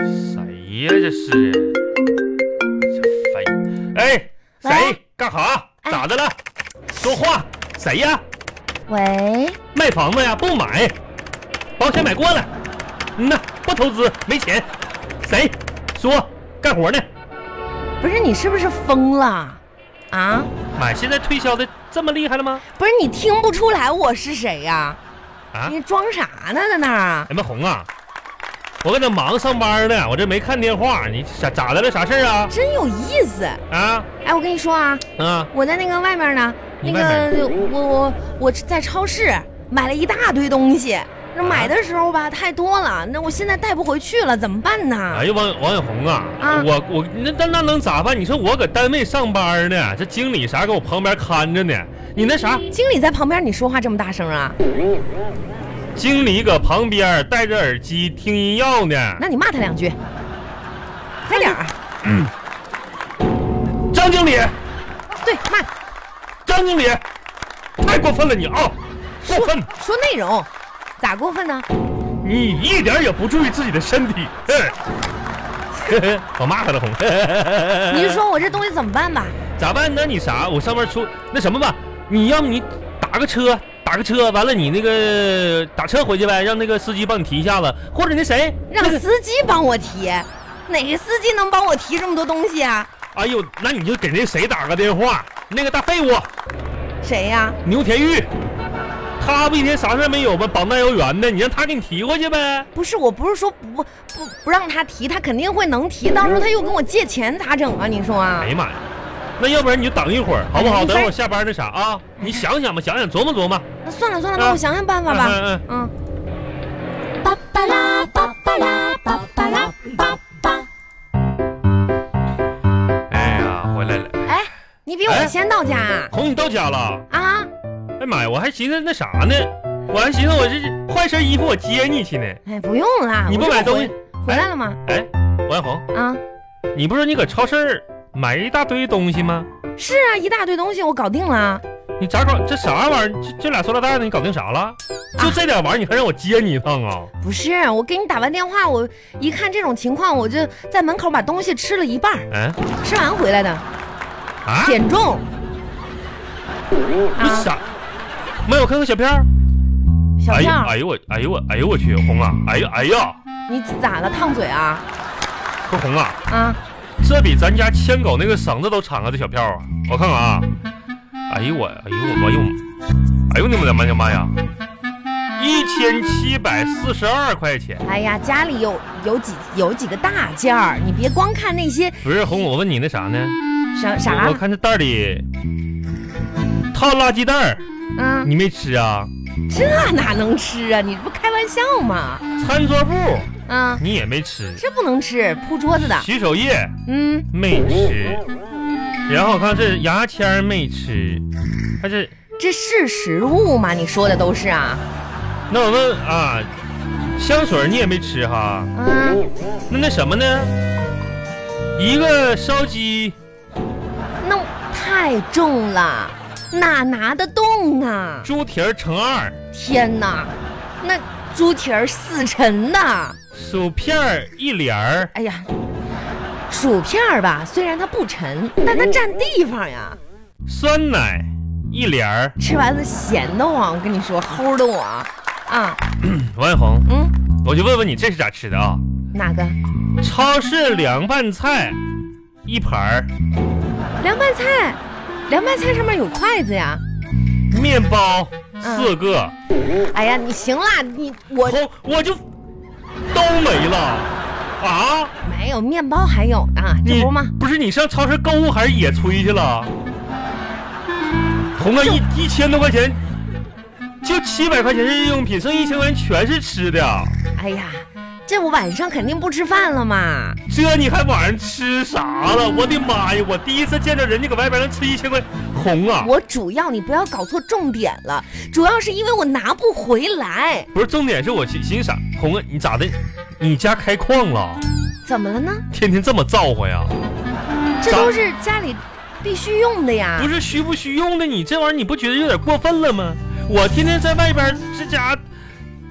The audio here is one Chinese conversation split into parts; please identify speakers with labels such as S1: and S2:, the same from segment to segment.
S1: 呀？这是，这非，哎，谁
S2: 喂
S1: 干哈？咋的了？说话，谁呀？
S2: 喂，
S1: 卖房子呀？不买，保险买过了。嗯呐，不投资，没钱。谁说干活呢？
S2: 不是你是不是疯了啊？
S1: 买现在推销的这么厉害了吗？
S2: 不是你听不出来我是谁呀、
S1: 啊，
S2: 你装啥呢，在那儿啊？
S1: 哎妈红啊，我搁这忙上班呢，我这没看电话，你咋咋的了？啥事儿啊？
S2: 真有意思。
S1: 啊
S2: 哎，我跟你说啊，
S1: 啊，
S2: 我在那个外面呢，
S1: 你
S2: 那
S1: 外
S2: 个我我我在超市买了一大堆东西，那买的时候吧太多了，那我现在带不回去了，怎么办呢？
S1: 哎呀，王王小红啊，
S2: 啊
S1: 我我那那那能咋办？你说我搁单位上班呢，这经理啥搁我旁边看着呢，你那啥，
S2: 经理在旁边，你说话这么大声啊？
S1: 经理搁旁边戴着耳机听音药呢。
S2: 那你骂他两句，
S1: 哎
S2: 快点儿。
S1: 张经理，
S2: 对，骂
S1: 张经理，太过分了你啊，过
S2: 说
S1: 分！
S2: 说内容，咋过分呢？
S1: 你一点也不注意自己的身体。哼 我骂他了，红。
S2: 你就说我这东西怎么办吧？
S1: 咋办？那你啥？我上班出那什么吧，你要不你打个车，打个车，完了你那个打车回去呗，让那个司机帮你提一下子，或者那谁，
S2: 让
S1: 那个，
S2: 司机帮我提，哪个司机能帮我提这么多东西啊？
S1: 哎呦，那你就给那谁打个电话，那个大废物
S2: 谁呀、
S1: 牛田玉，他不一天啥事儿没有吗？膀大腰圆的，你让他给你提过去呗。
S2: 不是，我不是说不不不让他提，他肯定会能提。到时候他又跟我借钱，咋整啊？你说啊
S1: 哎？呀妈呀，那要不然你就等一会儿好不
S2: 哎
S1: 好？
S2: 你
S1: 等会儿
S2: 先
S1: 我下班那啥啊，你想想吧，想想琢磨琢磨。
S2: 那算了算了，那我想想办法吧。
S1: 嗯嗯
S2: 嗯，
S3: 巴巴拉巴巴拉巴巴拉巴巴。
S1: 哎呀，回来了，
S2: 哎，你比我
S1: 哎
S2: 先到家啊？
S1: 红，你到家了。
S2: 啊，
S1: 哎妈呀，我还寻思那啥呢，我还寻思我这这换身衣服我接你去呢。
S2: 哎，不用了，
S1: 你不
S2: 我这
S1: 买东
S2: 回
S1: 西？
S2: 回来了吗？
S1: 哎，王小红，
S2: 啊，
S1: 你不是你搁超市儿买一大堆东西吗？
S2: 是啊，一大堆东西我搞定了。
S1: 你咋搞？这啥玩意儿？这这俩塑料袋子你搞定啥
S2: 啊
S1: 了？就这点玩意儿你还让我接你一趟啊？
S2: 不是，我给你打完电话，我一看这种情况，我就在门口把东西吃了一半儿，
S1: 嗯
S2: 吃完回来的，
S1: 啊，
S2: 减重。
S1: 你
S2: 啊，
S1: 啥？没有看看小票儿？
S2: 小
S1: 哎呦
S2: 票，
S1: 哎呦我哎呦我哎呦我去红啊！哎呦哎呀，
S2: 你咋了？烫嘴啊？
S1: 不是红啊，
S2: 啊，
S1: 这比咱家牵狗那个绳子都长啊！这小票啊，我看看啊，哎呦我，哎呦我，哎呦，哎呦你们的妈呀妈呀，一千七百四十二块钱！
S2: 哎呀，家里有有几有几个大件儿，你别光看那些
S1: 不是红，我问你那啥呢？
S2: 啥
S1: 我
S2: 啥
S1: 我，看这袋里套垃圾袋儿，
S2: 嗯，
S1: 你没吃啊？
S2: 这哪能吃啊？你这不开玩笑吗？
S1: 餐桌布
S2: 啊，
S1: 你也没吃，
S2: 这不能吃，铺桌子的。
S1: 洗手液
S2: 嗯，
S1: 没吃，然后我看这牙签儿没吃，还是
S2: 这是食物吗？你说的都是啊？
S1: 那我问啊，香水儿你也没吃哈？
S2: 嗯，
S1: 那那什么呢？一个烧鸡，
S2: 那太重了，哪拿得动啊？
S1: 猪蹄儿乘二，
S2: 天哪，那猪蹄儿死沉呐！
S1: 薯片儿一帘儿，
S2: 哎呀，薯片儿吧，虽然它不沉，但它占地方呀。
S1: 酸奶一帘儿。
S2: 吃完了咸的慌，我跟你说，齁的我啊，
S1: 王小红，
S2: 嗯，
S1: 我就问问你这是咋吃的啊？
S2: 哪个
S1: 超市凉拌菜一盘儿，
S2: 凉拌菜？凉拌菜上面有筷子呀！
S1: 面包四个，
S2: 哎呀，你行啦，你我
S1: 我我就都没了啊！
S2: 没有面包还有呢，这
S1: 你
S2: 不吗？
S1: 不是你上超市购物还是野炊去了？红哥
S2: 嗯就
S1: 一一千多块钱，就七百块钱日用品，剩一千块钱全是吃的，
S2: 哎呀，这我晚上肯定不吃饭了嘛。
S1: 这你还晚上吃啥了？我的妈呀！我第一次见着人家搁外边能吃一千块，红啊！
S2: 我主要你不要搞错重点了，
S1: 嗯
S2: 主要是因为我拿不回来，
S1: 不是重点是我寻寻思啥，红啊，你咋的？你家开矿了？
S2: 怎么了呢？
S1: 天天这么造化呀？嗯
S2: 这都是家里必须用的呀
S1: 不。是虚不虚用的，你这玩意儿你不觉得有点过分了吗？我天天在外边儿这家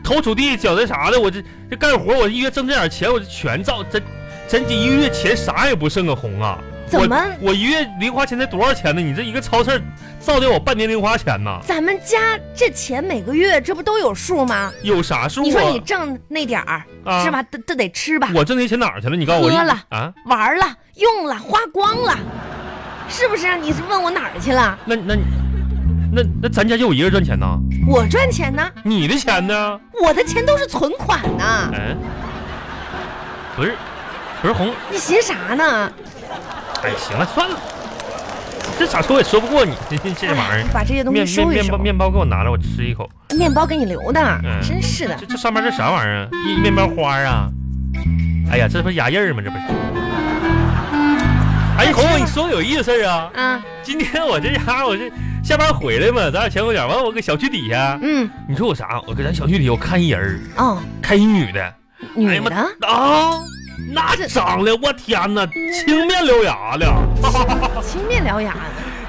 S1: 头锄地、脚那啥的，我这这干活，我一月挣这点钱，我就全造这真这一个月钱啥也不剩啊，红啊！
S2: 怎么
S1: 我我一月零花钱才多少钱呢？你这一个超市造掉我半年零花钱呢？
S2: 咱们家这钱每个月这不都有数吗？
S1: 有啥数啊？
S2: 你说你挣那点儿、
S1: 啊
S2: 是吧？这这得吃吧，
S1: 我挣那些钱哪儿去了？你告诉我。
S2: 喝了
S1: 啊？
S2: 玩了，用了，花光了，是不是？你是问我哪儿去了？
S1: 那那那那咱家就我一个人赚钱呢？
S2: 我赚钱呢，
S1: 你的钱呢？
S2: 我的钱都是存款呢。
S1: 嗯，不是不是红，
S2: 你寻啥呢？
S1: 哎，行了，算了，这咋说也说不过你，这这这玩意
S2: 哎
S1: 儿。
S2: 把这些东西
S1: 面面
S2: 收一
S1: 面
S2: 收
S1: 包。面包给我拿来，我吃一口。
S2: 面包给你留的，
S1: 嗯
S2: 真是的
S1: 这。这上面这啥玩意儿啊？一面包花啊！哎呀，这不是牙印儿吗？这不是。哎，红，你说有意思啊！
S2: 啊，
S1: 今天我这家我这下班回来嘛，咱俩前后脚，完了我搁小区底下，
S2: 嗯，
S1: 你说我啥？我搁咱小区底下我看一人儿，
S2: 哦，
S1: 看一女的，哎
S2: 女
S1: 呀妈
S2: 的，
S1: 啊，那
S2: 这
S1: 长得我天哪，青面獠牙的，
S2: 青面獠牙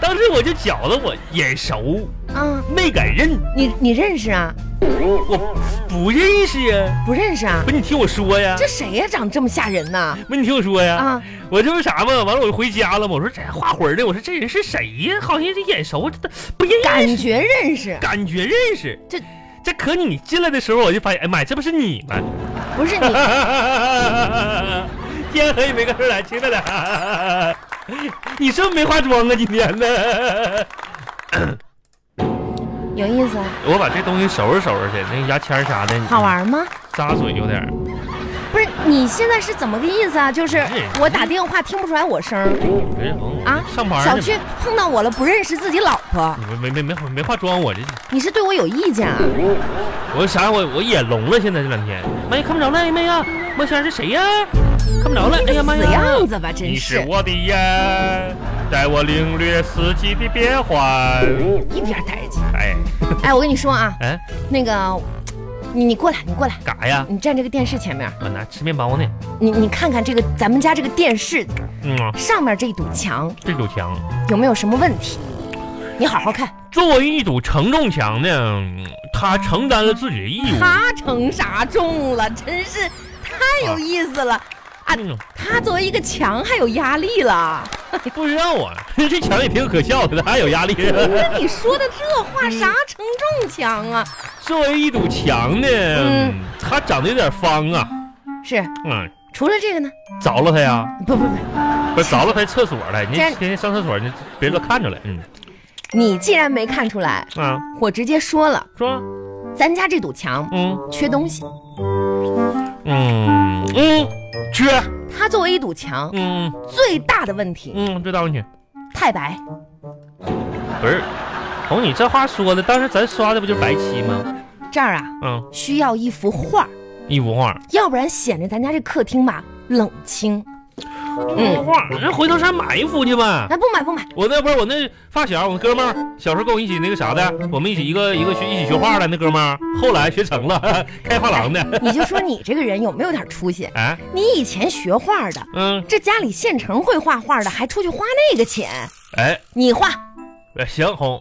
S1: 当时我就觉得我眼熟，
S2: 的啊，
S1: 没敢认，
S2: 你你认识啊？
S1: 我不认识呀。
S2: 不认识啊
S1: 不，？你听我说呀，
S2: 这谁呀、长这么吓人呢？
S1: 不，你听我说呀，
S2: 啊，
S1: 我这不啥嘛，完了我就回家了嘛，我说这画魂的，我说这人是谁呀？好像这眼熟，这不认识
S2: 感觉认识，
S1: 感觉认识，
S2: 这
S1: 这可你进来的时候我就发现，哎妈呀，这不是你吗？
S2: 不是你
S1: 天黑没个事儿来，亲爱的， 你是不是没化妆啊？今天呢？
S2: 有意思啊，
S1: 我把这东西收拾收拾去，那牙签儿啥的
S2: 好，玩吗？
S1: 扎嘴有点儿。
S2: 不是，你现在是怎么个意思啊？就是
S1: 是
S2: 我打电话听不出来我声儿
S1: 不是红
S2: 啊
S1: 上班呢
S2: 小区碰到我了不认识自己老婆，
S1: 你没没没没没化妆，我这
S2: 你是对我有意见啊？
S1: 我啥我我眼聋了，现在这两天，妈呀看不着了，哎妈呀，墨仙儿这谁呀？看不着了，哎呀妈
S2: 死
S1: 呀！
S2: 样子吧，真
S1: 你是
S2: 是
S1: 我的眼，带我领略四季的变幻。
S2: 一边呆着。
S1: 哎
S2: 哎，我跟你说啊，
S1: 哎，
S2: 那个，你你过来，你过来，
S1: 干啥呀？
S2: 你站这个电视前面，
S1: 我拿吃面包呢。
S2: 你你看看这个咱们家这个电视
S1: 嗯啊，
S2: 上面这一堵墙
S1: 这堵墙
S2: 有没有什么问题？你好好看，
S1: 作为一堵承重墙呢，嗯它承担了自己的义务。
S2: 他成啥重了？真是太有意思了。啊
S1: 嗯
S2: 他作为一个墙还有压力了，
S1: 不知道啊，这墙也挺可笑的，还有压力。
S2: 那你说的这话啥承重墙啊？
S1: 作为一堵墙呢，
S2: 嗯
S1: 它长得有点方啊。
S2: 是，
S1: 嗯，
S2: 除了这个呢？
S1: 着了它呀，
S2: 不不不，
S1: 不是着了它厕所了。你
S2: 这样
S1: 天天上厕所，你别老看着了。嗯
S2: 你既然没看出来，
S1: 啊，
S2: 我直接说了，
S1: 说
S2: 咱家这堵墙
S1: 嗯
S2: 缺东西。
S1: 嗯嗯，吃
S2: 它作为一堵墙，
S1: 嗯
S2: 最大的问题
S1: 嗯，这当去。
S2: 太白。
S1: 不是，红，你这话说的，当时咱刷的不就是白漆吗？
S2: 这儿啊，
S1: 嗯，
S2: 需要一幅画儿，
S1: 一幅画。
S2: 要不然显得咱家这客厅吧冷清。嗯，
S1: 画，嗯那回头上买一幅去吧。
S2: 哎，不买不买，
S1: 我那不是我那发小，我那哥们儿小时候跟我一起那个啥的，我们一起一个一个学一起学画的那哥们儿，后来学成了， 开画廊的。
S2: 你就说你这个人有没有点出息？
S1: 哎，
S2: 你以前学画的，
S1: 嗯，
S2: 这家里现成会画画的，还出去花那个钱？
S1: 哎，
S2: 你画，
S1: 哎行红，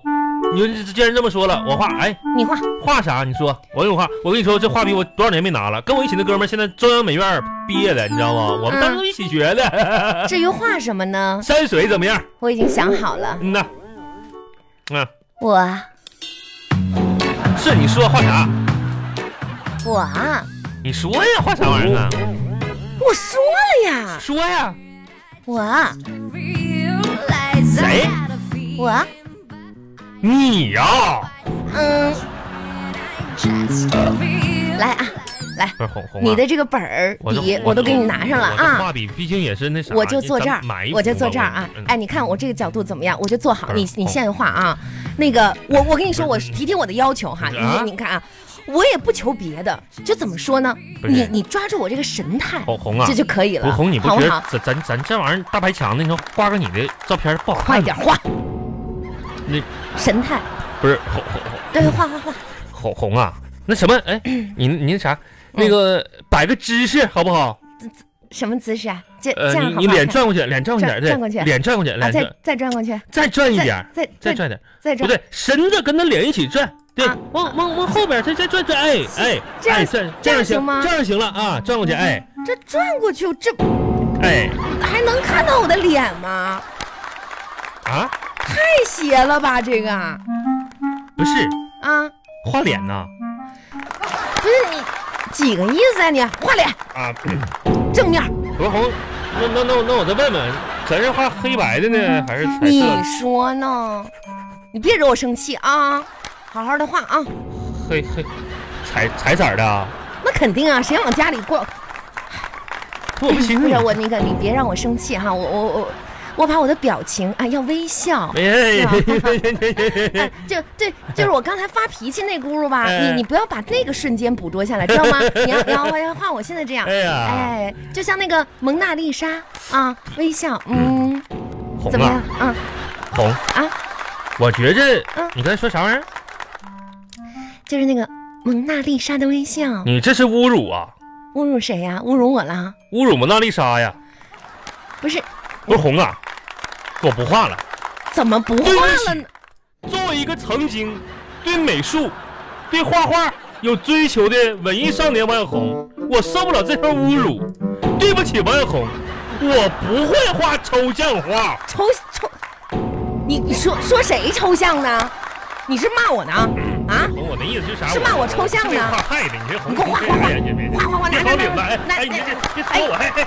S1: 你说这既然这么说了，我画，哎，
S2: 你画，
S1: 画啥？你说，我给你画。我跟你说，这画笔我多少年没拿了。跟我一起那哥们儿现在中央美院毕业的，你知道
S2: 嗯
S1: 吗？我们当初一起学的。
S2: 至于画什么呢？
S1: 山水怎么样？
S2: 我已经想好了，
S1: 嗯呐，嗯，
S2: 我啊
S1: 是你说画啥？
S2: 我啊，
S1: 你说呀，画啥玩意儿啊？
S2: 哦我说了呀，
S1: 说呀，
S2: 我啊哎
S1: 谁？
S2: 我啊
S1: 哎你呀、
S2: 嗯，来啊，来。
S1: 不是红红、啊，
S2: 你的这个本儿
S1: 这
S2: 笔我都给你拿上了
S1: 我这
S2: 啊，
S1: 画笔毕竟也是那啥，
S2: 我就坐这儿
S1: 咱买一，幅
S2: 我就坐这儿
S1: 吧
S2: 啊
S1: 嗯。
S2: 哎，你看我这个角度怎么样？我就坐好，
S1: 不是哦
S2: 你你现在画啊。那个，我我跟你说，我
S1: 不是嗯
S2: 提提我的要求哈，
S1: 啊
S2: 你你看啊，我也不求别的，就怎么说呢？
S1: 不是
S2: 你你抓住我这个神态，
S1: 红红啊，
S2: 这就可以
S1: 不
S2: 了，
S1: 红，你不
S2: 好
S1: 觉
S2: 不
S1: 得
S2: 好？
S1: 咱咱咱这玩意儿大白墙的，你说挂个你的照片不好看？
S2: 快点，画，
S1: 那
S2: 神态，
S1: 不是红红红
S2: 对，画画画，
S1: 红红啊，那什么，哎，你你那啥，
S2: 嗯
S1: 那个摆个姿势好不好？
S2: 什么姿势啊？这
S1: 呃
S2: 这，样
S1: 你
S2: 好
S1: 你
S2: 不好
S1: 脸
S2: 看？
S1: 转过去，脸转过去点，
S2: 转转过去
S1: 对，脸转过去，
S2: 啊，
S1: 脸
S2: 再
S1: 转，
S2: 再转过去，
S1: 再转一点儿，
S2: 再
S1: 再
S2: 再
S1: 转一点儿，
S2: 再
S1: 不
S2: 转，
S1: 对，身子跟他脸一起转，对
S2: 啊，
S1: 往往往后边再再转转，哎哎
S2: 这样
S1: 哎，转
S2: 这样行
S1: 行
S2: 吗嗯
S1: 这样行了啊，转过去，哎。
S2: 这转过去，这
S1: 哎，
S2: 还能看到我的脸吗？
S1: 啊，
S2: 太邪了吧，这个啊，
S1: 不是画脸呐，
S2: 不是你几个意思啊你？画脸
S1: 啊，
S2: 正面，
S1: 何红，那那那我那我再问问，咱是画黑白的呢，还是彩色
S2: 嗯你
S1: 的？
S2: 说呢？你别惹我生气啊！好好的画啊，
S1: 黑黑，彩彩色儿的啊？
S2: 那肯定啊，谁往家里过？
S1: 不我不啊寻思你
S2: 不是，我那个，你别让我生气哈，我我我我把我的表情啊要微笑。
S1: 哎，
S2: 哎，就对，就是我刚才发脾气那轱辘吧，
S1: 哎
S2: 你你不要把那个瞬间捕捉下来，知道 吗？你要你要要画我现在这样，
S1: 哎呀
S2: 哎，就像那个蒙娜丽莎啊，微笑，嗯，
S1: 红
S2: 怎么样
S1: 啊，？
S2: 嗯，
S1: 红
S2: 啊，
S1: 我觉着
S2: 嗯
S1: 你刚才说啥玩意儿？
S2: 就是那个蒙娜丽莎的微笑，
S1: 你这是侮辱啊！
S2: 侮辱谁呀、侮辱我了？
S1: 侮辱蒙娜丽莎呀！
S2: 不是，
S1: 不是红啊，我不画了。
S2: 怎么不
S1: 对不
S2: 画
S1: 起
S2: 了呢？
S1: 作为一个曾经对美术、对画画有追求的文艺少年王小红，我受不了这份侮辱。对不起，王小红，我不会画抽象画。
S2: 抽抽，你你说说谁抽象呢？你是骂我呢？啊？
S1: 红，我的意思是啥？
S2: 是骂我抽象
S1: 我
S2: 呢
S1: 是被画害的，你这红，
S2: 你给我画画画
S1: 别别别别
S2: 画画画
S1: 别
S2: 拿
S1: 别
S2: 拿
S1: 别别
S2: 拿
S1: 哎哎，
S2: 拿
S1: 你这别抽我，哎哎，